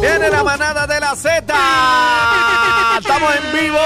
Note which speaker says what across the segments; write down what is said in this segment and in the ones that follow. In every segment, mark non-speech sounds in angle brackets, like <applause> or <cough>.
Speaker 1: Viene la manada de la Z. Estamos en vivo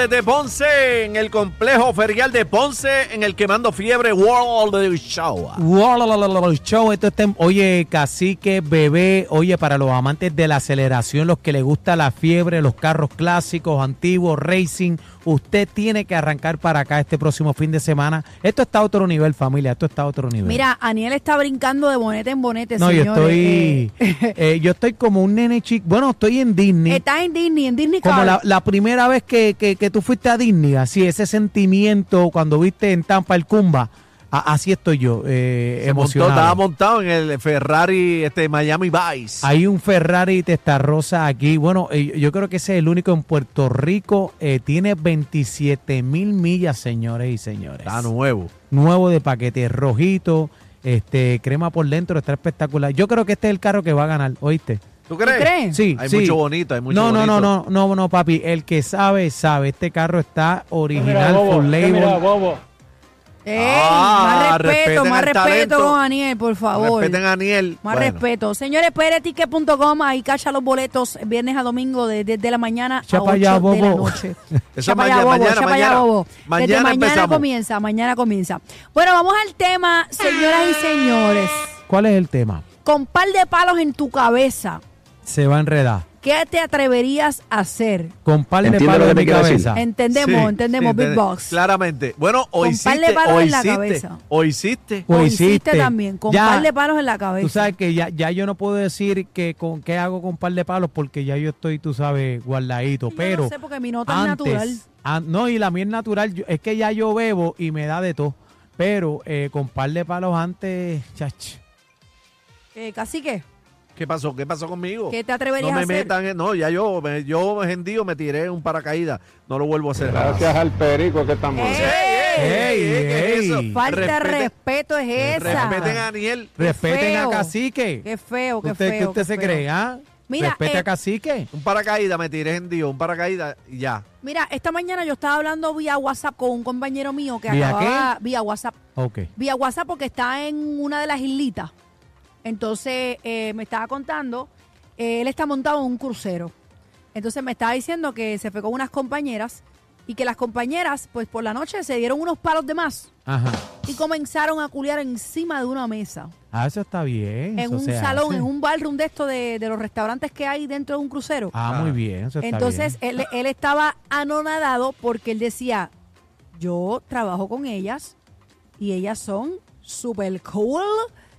Speaker 1: desde Ponce, en el complejo ferial de Ponce, en el Quemando Fiebre World Show.
Speaker 2: Wow, show, esto está en- oye, cacique, bebé, oye, para los amantes de la aceleración, los que les gusta la fiebre, los carros clásicos, antiguos, racing, usted tiene que arrancar para acá este próximo fin de semana. Esto está a otro nivel, familia, esto está a otro nivel.
Speaker 3: Mira, Aniel está brincando de bonete en bonete,
Speaker 2: no, yo
Speaker 3: señores.
Speaker 2: estoy, Este eh, yo estoy como un nene chico, bueno, estoy en
Speaker 3: Eh,
Speaker 2: Disney.
Speaker 3: está en Disney, en Disney
Speaker 2: Como
Speaker 3: Cars.
Speaker 2: la, la primera vez que, que- que tú fuiste a Disney, así ese sentimiento cuando viste en Tampa el Cumba, a- así estoy yo, eh,
Speaker 1: Se montó,
Speaker 2: emocionado.
Speaker 1: estaba montado en el Ferrari este, Miami Vice.
Speaker 2: Hay un Ferrari Testarrosa aquí. Bueno, eh, yo creo que ese es el único en Puerto Rico. Eh, tiene 27 mil millas, señores y señores.
Speaker 1: Está nuevo.
Speaker 2: Nuevo de paquete, rojito, este, crema por dentro, está espectacular. Yo creo que este es el carro que va a ganar, ¿oíste?
Speaker 1: ¿Tú crees?
Speaker 3: crees?
Speaker 2: Sí,
Speaker 1: Hay
Speaker 2: sí.
Speaker 1: mucho bonito, hay mucho
Speaker 2: no,
Speaker 1: bonito.
Speaker 2: no, no, no, no, no, papi. El que sabe, sabe. Este carro está original,
Speaker 4: Mira, bobo,
Speaker 2: full
Speaker 4: mira,
Speaker 2: label.
Speaker 4: bobo.
Speaker 3: Ey,
Speaker 1: Ah,
Speaker 3: más respeto,
Speaker 1: respeten
Speaker 3: más
Speaker 1: al
Speaker 3: respeto
Speaker 1: talento.
Speaker 3: con Aniel, por favor.
Speaker 1: Respeten a Aniel.
Speaker 3: Más
Speaker 1: Bueno,
Speaker 3: respeto. Señores, pereticket.com, ahí cacha los boletos viernes a domingo de- desde la mañana
Speaker 2: Echa
Speaker 3: a
Speaker 2: pa'
Speaker 3: 8
Speaker 2: allá,
Speaker 3: de la
Speaker 2: bobo.
Speaker 3: noche.
Speaker 1: <laughs> Eso es
Speaker 3: Chapa ya,
Speaker 1: mañana,
Speaker 3: bobo,
Speaker 1: mañana,
Speaker 3: chapa ya,
Speaker 1: mañana.
Speaker 3: bobo.
Speaker 1: Mañana
Speaker 3: Desde mañana
Speaker 1: empezamos.
Speaker 3: comienza, mañana comienza. Bueno, vamos al tema, señoras y señores.
Speaker 2: ¿Cuál es el tema?
Speaker 3: Con par de palos en tu cabeza,
Speaker 2: Se va a enredar.
Speaker 3: ¿qué te atreverías a hacer?
Speaker 2: Con par de
Speaker 5: Entiendo
Speaker 2: palos
Speaker 5: lo que
Speaker 2: en
Speaker 5: te
Speaker 2: mi
Speaker 5: quiero decir.
Speaker 2: cabeza.
Speaker 3: Entendemos,
Speaker 1: Ah, sí,
Speaker 3: entendemos,
Speaker 1: sí,
Speaker 3: Big
Speaker 1: entende-
Speaker 3: Box.
Speaker 1: Claramente. Bueno, o
Speaker 3: Con par de
Speaker 1: hiciste,
Speaker 3: palos
Speaker 1: o
Speaker 3: en la
Speaker 1: hiciste,
Speaker 3: cabeza.
Speaker 1: o hiciste.
Speaker 2: Lo
Speaker 3: Lo
Speaker 2: Pues hiciste.
Speaker 3: hiciste también, con
Speaker 2: Ya.
Speaker 3: par de palos en la cabeza.
Speaker 2: Tú sabes que ya, ya yo no puedo decir que con qué hago con par de palos porque ya yo estoy, tú sabes, guardadito.
Speaker 3: Yo
Speaker 2: pero
Speaker 3: no sé porque mi nota
Speaker 2: antes,
Speaker 3: es natural.
Speaker 2: an- no y la miel natural yo- es que ya yo bebo y me da de todo. Pero eh, con par de palos antes, chach.
Speaker 3: Eh, cacique,
Speaker 1: ¿Qué pasó? ¿Qué pasó conmigo?
Speaker 3: ¿qué te atreverías
Speaker 1: no
Speaker 3: a
Speaker 1: me
Speaker 3: hacer?
Speaker 1: metan, en- no, ya yo, me- yo gendío me tiré un paracaídas, no lo vuelvo a hacer.
Speaker 4: Gracias al perico que estamos.
Speaker 3: Eh,
Speaker 2: Ey,
Speaker 1: ¿qué es
Speaker 2: ey.
Speaker 3: Falta de
Speaker 1: Respeten-
Speaker 3: respeto es esa.
Speaker 1: Respeten a Daniel.
Speaker 2: Respeten
Speaker 3: feo.
Speaker 2: a Cacique.
Speaker 3: Qué feo, qué
Speaker 2: ¿Usted,
Speaker 3: feo.
Speaker 2: ¿qué usted
Speaker 3: qué
Speaker 2: se
Speaker 3: feo.
Speaker 2: cree, ah?
Speaker 3: Mira,
Speaker 2: Respete
Speaker 3: eh,
Speaker 2: a Cacique.
Speaker 1: Un paracaídas, me tiré gendío, un paracaídas y ya.
Speaker 3: Mira, esta mañana yo estaba hablando vía WhatsApp con un compañero mío que
Speaker 2: ¿Vía
Speaker 3: acababa vía WhatsApp.
Speaker 2: Ok.
Speaker 3: Vía WhatsApp porque está en una de las islitas. Entonces eh, me estaba contando, eh, él está montado en un crucero. Entonces me estaba diciendo que se fue con unas compañeras y que las compañeras, pues por la noche se dieron unos palos de más
Speaker 2: Ajá.
Speaker 3: y comenzaron a culiar encima de una mesa.
Speaker 2: Ah, eso está bien.
Speaker 3: En
Speaker 2: eso
Speaker 3: un
Speaker 2: se
Speaker 3: salón,
Speaker 2: hace.
Speaker 3: en un barroom de esto de, de los restaurantes que hay dentro de un crucero.
Speaker 2: Ah, muy bien. Eso está
Speaker 3: Entonces
Speaker 2: bien.
Speaker 3: él, él estaba anonadado porque él decía, yo trabajo con ellas y ellas son super cool,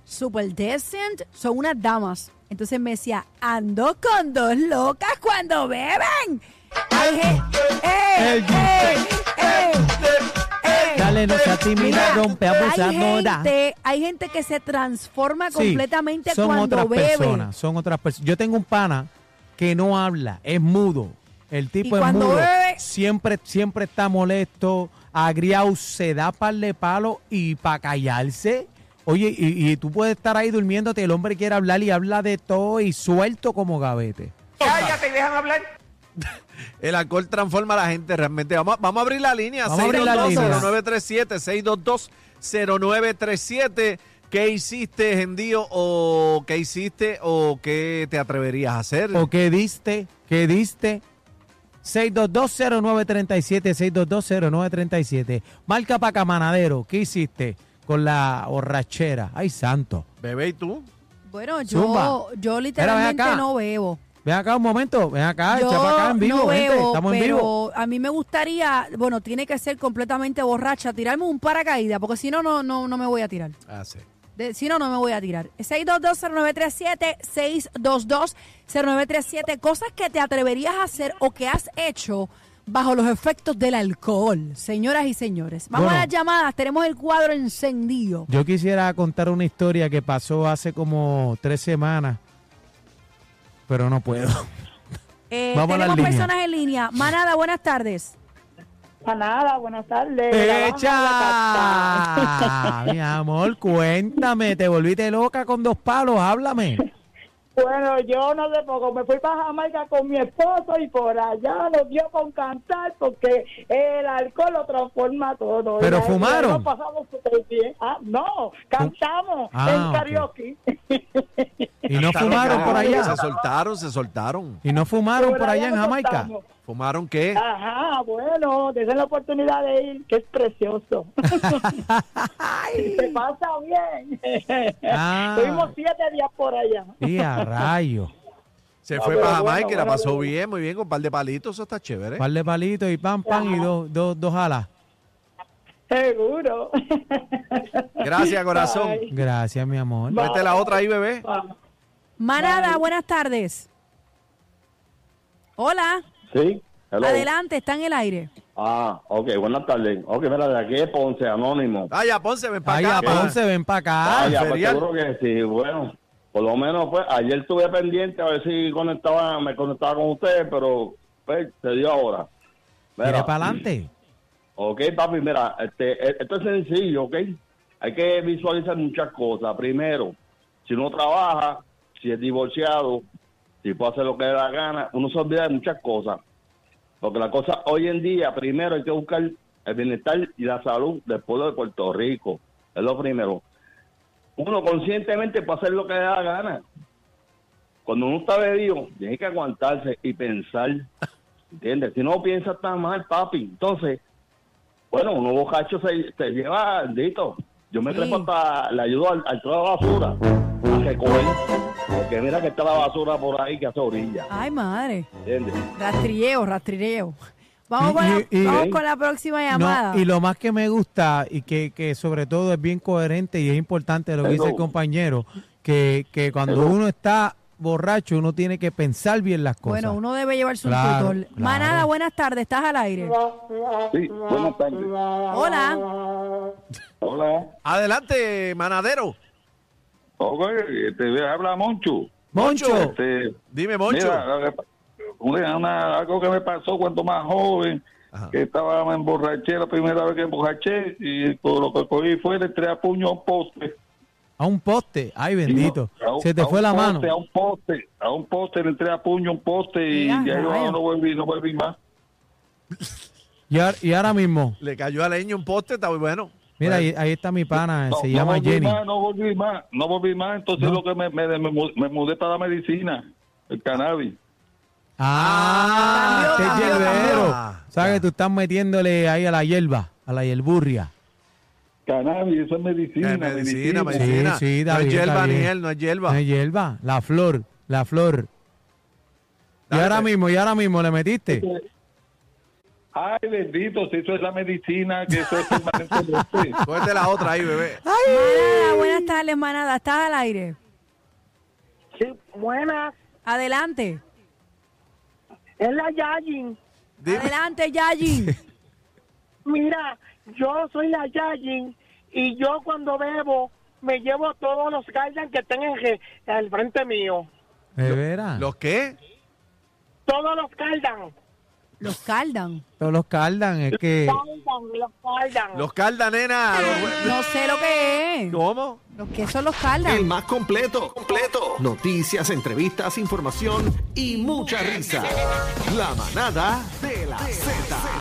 Speaker 3: super decent, son unas damas. Entonces me decía, ando con dos locas cuando beben. Ay, je- eh, ¡Ey!
Speaker 2: Ey,
Speaker 3: ¡Ey! ¡Ey! ¡Ey!
Speaker 2: Dale, no seas tímida,
Speaker 3: eh. Mira,
Speaker 2: eh, rompe
Speaker 3: hay
Speaker 2: abusadora.
Speaker 3: gente, hay gente que se transforma
Speaker 2: Sí,
Speaker 3: completamente
Speaker 2: son
Speaker 3: cuando
Speaker 2: otras
Speaker 3: bebe.
Speaker 2: personas, son otras personas. Yo tengo un pana que no habla, es mudo. El tipo es
Speaker 3: cuando
Speaker 2: mudo.
Speaker 3: bebe-
Speaker 2: Siempre, siempre está molesto, agriado, se da par de palo y para callarse. Oye, y, y tú puedes estar ahí durmiéndote, el hombre quiere hablar y habla de todo y suelto como gavete.
Speaker 1: El alcohol transforma a la gente realmente. Vamos, a- vamos a abrir la línea.
Speaker 2: Vamos a abrir la
Speaker 1: 622-0937, 622-0937. ¿Qué hiciste, Gendío? ¿O qué hiciste? ¿O qué te atreverías a hacer?
Speaker 2: ¿O qué diste? ¿Qué diste? 6220937, 6220937. Marca para Camanadero, ¿qué hiciste con la borrachera? Ay, santo.
Speaker 1: Bebé, ¿y tú?
Speaker 3: Bueno,
Speaker 2: Zumba.
Speaker 3: yo, yo literalmente
Speaker 2: acá.
Speaker 3: no bebo.
Speaker 2: Ven acá un momento, ven acá,
Speaker 3: Yo
Speaker 2: echa para Ah, acá en vivo,
Speaker 3: no
Speaker 2: vente,
Speaker 3: bebo,
Speaker 2: estamos en
Speaker 3: pero
Speaker 2: vivo.
Speaker 3: a mí me gustaría, bueno, tiene que ser completamente borracha, tirarme un paracaídas, porque si no, no, no, no me voy a tirar.
Speaker 1: Ah, sí.
Speaker 3: De- si no, no me voy a tirar. 622-0937, 622-0937, cosas que te atreverías a hacer o que has hecho bajo los efectos del alcohol, señoras y señores. Vamos
Speaker 2: Bueno.
Speaker 3: a las llamadas, tenemos el cuadro encendido.
Speaker 2: Yo quisiera contar una historia que pasó hace como tres semanas. pero no puedo.
Speaker 3: Eh,
Speaker 2: Vamos a las
Speaker 3: tenemos
Speaker 2: líneas.
Speaker 3: personas en línea. Manada, buenas tardes.
Speaker 5: Manada, Pues buenas tardes. La baja de la casa.
Speaker 2: ¡Echa! Mi amor, cuéntame, te volviste loca con dos palos, háblame.
Speaker 5: <laughs> Bueno, yo no sé, poco me fui para Jamaica con mi esposo y por allá nos dio con cantar porque el alcohol lo transforma todo.
Speaker 2: ¿Pero
Speaker 5: Y ahí
Speaker 2: fumaron?
Speaker 5: nos pasamos súper bien. Ah, no, cantamos
Speaker 2: Ah,
Speaker 5: en
Speaker 2: ok.
Speaker 5: karaoke.
Speaker 2: Y no fumaron por allá.
Speaker 1: Se soltaron, se soltaron.
Speaker 2: Y no fumaron por allá en
Speaker 5: nos
Speaker 2: Jamaica.
Speaker 5: soltamos.
Speaker 1: ¿Fumaron qué?
Speaker 5: Ah, Ajá, bueno, desde la oportunidad de ir, que es
Speaker 2: <laughs>
Speaker 5: precioso. <laughs> Se pasa bien.
Speaker 2: Ah.
Speaker 5: Tuvimos siete días por allá.
Speaker 2: Y a
Speaker 4: <laughs>
Speaker 2: rayo.
Speaker 1: Se
Speaker 5: No,
Speaker 1: fue
Speaker 5: pero
Speaker 1: para
Speaker 5: bueno,
Speaker 1: Jamaica y la
Speaker 5: bueno,
Speaker 1: pasó
Speaker 5: bueno.
Speaker 1: bien, muy bien, con un par de palitos, eso está chévere.
Speaker 2: Par de palitos y pam, pam, y dos, dos, dos alas.
Speaker 5: Seguro.
Speaker 1: Gracias, corazón.
Speaker 5: Ay,
Speaker 2: Gracias, mi amor.
Speaker 5: Va.
Speaker 1: Vete la otra ahí, bebé.
Speaker 5: vamos.
Speaker 3: Manada, buenas tardes. Hola.
Speaker 4: Sí, hello.
Speaker 3: Adelante, está en el aire.
Speaker 4: Ah, ok, buenas tardes. Ok, mira, de aquí es Ponce, anónimo.
Speaker 1: Vaya, Ponce, ven
Speaker 2: Ay,
Speaker 1: para acá. pa.
Speaker 2: Ponce, ven para acá.
Speaker 4: Vaya, pues
Speaker 1: ferial.
Speaker 4: seguro que sí, bueno. Por lo menos, pues, ayer estuve pendiente a ver si conectaba, me conectaba con ustedes, pero pues, se dio ahora.
Speaker 2: Mira para adelante.
Speaker 4: Ok, papi, mira, este, e- esto es sencillo, ok. Hay que visualizar muchas cosas. Primero, si uno trabaja, si es divorciado, si puede hacer lo que le da la gana, uno se olvida de muchas cosas. Porque la cosa hoy en día, primero hay que buscar el bienestar y la salud del pueblo de Puerto Rico. Es lo primero. Uno conscientemente puede hacer lo que le da la gana. Cuando uno está bebido, tiene que aguantarse y pensar. ¿Entiendes? Si no piensa, está mal, papi. Entonces, bueno, uno bocacho se, se lleva, dito. Yo me
Speaker 3: Sí.
Speaker 4: trepo hasta, le ayudo al, al trago de basura a recoger. Porque mira que está la basura por ahí que hace orilla.
Speaker 3: Ay, madre.
Speaker 4: ¿Entiendes?
Speaker 3: Rastrilleo, rastrilleo. Vamos,
Speaker 2: Y-
Speaker 3: con, la,
Speaker 2: y- y-
Speaker 3: vamos con la próxima
Speaker 2: No,
Speaker 3: llamada.
Speaker 2: y lo más que me gusta y que, que sobre todo es bien coherente y es importante lo que dice el
Speaker 4: Hello.
Speaker 2: compañero, que, que cuando
Speaker 4: Hello.
Speaker 2: uno está borracho uno tiene que pensar bien las cosas.
Speaker 3: bueno, uno debe llevarse un
Speaker 2: Claro,
Speaker 3: tutor.
Speaker 2: claro.
Speaker 3: Manada, buenas tardes, estás al aire.
Speaker 4: Sí, buenas tardes.
Speaker 3: Hola.
Speaker 4: Hola.
Speaker 1: Adelante, manadero.
Speaker 4: Oye, te este, habla Moncho.
Speaker 2: Moncho,
Speaker 4: Este,
Speaker 1: Dime, Moncho.
Speaker 4: Mira, una- una- algo que me pasó cuando más joven,
Speaker 1: Ajá.
Speaker 4: que estaba en borrachera, la primera vez que emborraché, y todo lo que cogí fue de tres a puño a un poste.
Speaker 2: a un poste, ay
Speaker 4: Y
Speaker 2: bendito,
Speaker 4: no, a un-
Speaker 2: se te
Speaker 4: a un
Speaker 2: fue la
Speaker 4: poste,
Speaker 2: mano.
Speaker 4: A un poste, a un poste, le entré a puño a un poste y
Speaker 3: Mira,
Speaker 4: ya
Speaker 3: rayos.
Speaker 4: yo no volví, no volví más.
Speaker 2: Y, ahora- y ahora mismo,
Speaker 1: Le cayó a leño un poste, está muy bueno. Pues,
Speaker 2: mira, ahí, ahí está mi pana,
Speaker 4: No,
Speaker 2: Ah, se
Speaker 4: no
Speaker 2: llama
Speaker 4: volví
Speaker 2: Jenny.
Speaker 4: Más, no volví más, no volví más. Entonces
Speaker 2: No.
Speaker 4: lo que me, me, me mu- me mudé para la medicina, el cannabis.
Speaker 2: Ah,
Speaker 3: Cambió,
Speaker 2: qué
Speaker 3: cambió,
Speaker 2: hierbero.
Speaker 1: cambió.
Speaker 2: O sea que tú estás metiéndole ahí a la hierba, a la hierburria.
Speaker 4: Cannabis, eso es medicina.
Speaker 1: Eh, medicina,
Speaker 2: Sí,
Speaker 1: medicina.
Speaker 2: sí, está
Speaker 1: no es
Speaker 2: bien, está
Speaker 1: hierba, ni
Speaker 2: bien.
Speaker 1: él, no es hierba.
Speaker 2: No es hierba, la flor, la flor. Y
Speaker 1: Dale.
Speaker 2: ahora mismo, y ahora mismo le metiste.
Speaker 4: Ay, bendito, si eso es la medicina, que eso es <laughs> permanentemente.
Speaker 1: Cógete la otra ahí, bebé.
Speaker 2: Ah.
Speaker 3: Manada, buenas tardes, manada, estás al aire.
Speaker 5: Sí, buenas.
Speaker 3: Adelante.
Speaker 5: Es la Yayin.
Speaker 1: Dime.
Speaker 2: <laughs>
Speaker 3: Adelante, Yayin.
Speaker 5: Mira, yo soy la Yayin y yo cuando bebo me llevo a todos los guardians que están en re- al frente mío.
Speaker 2: ¿De veras?
Speaker 1: ¿Los qué?
Speaker 5: Todos los guardians.
Speaker 3: Los caldan.
Speaker 2: Todos los cardan, es que...
Speaker 1: Eh,
Speaker 5: Guardians, los guardians.
Speaker 1: Los calda, nena.
Speaker 2: Ah.
Speaker 1: Los-
Speaker 3: No sé lo que es.
Speaker 1: ¿Cómo?
Speaker 3: Los que son los caldan.
Speaker 6: El más completo, completo. Noticias, entrevistas, información y mucha risa. La manada de la Z.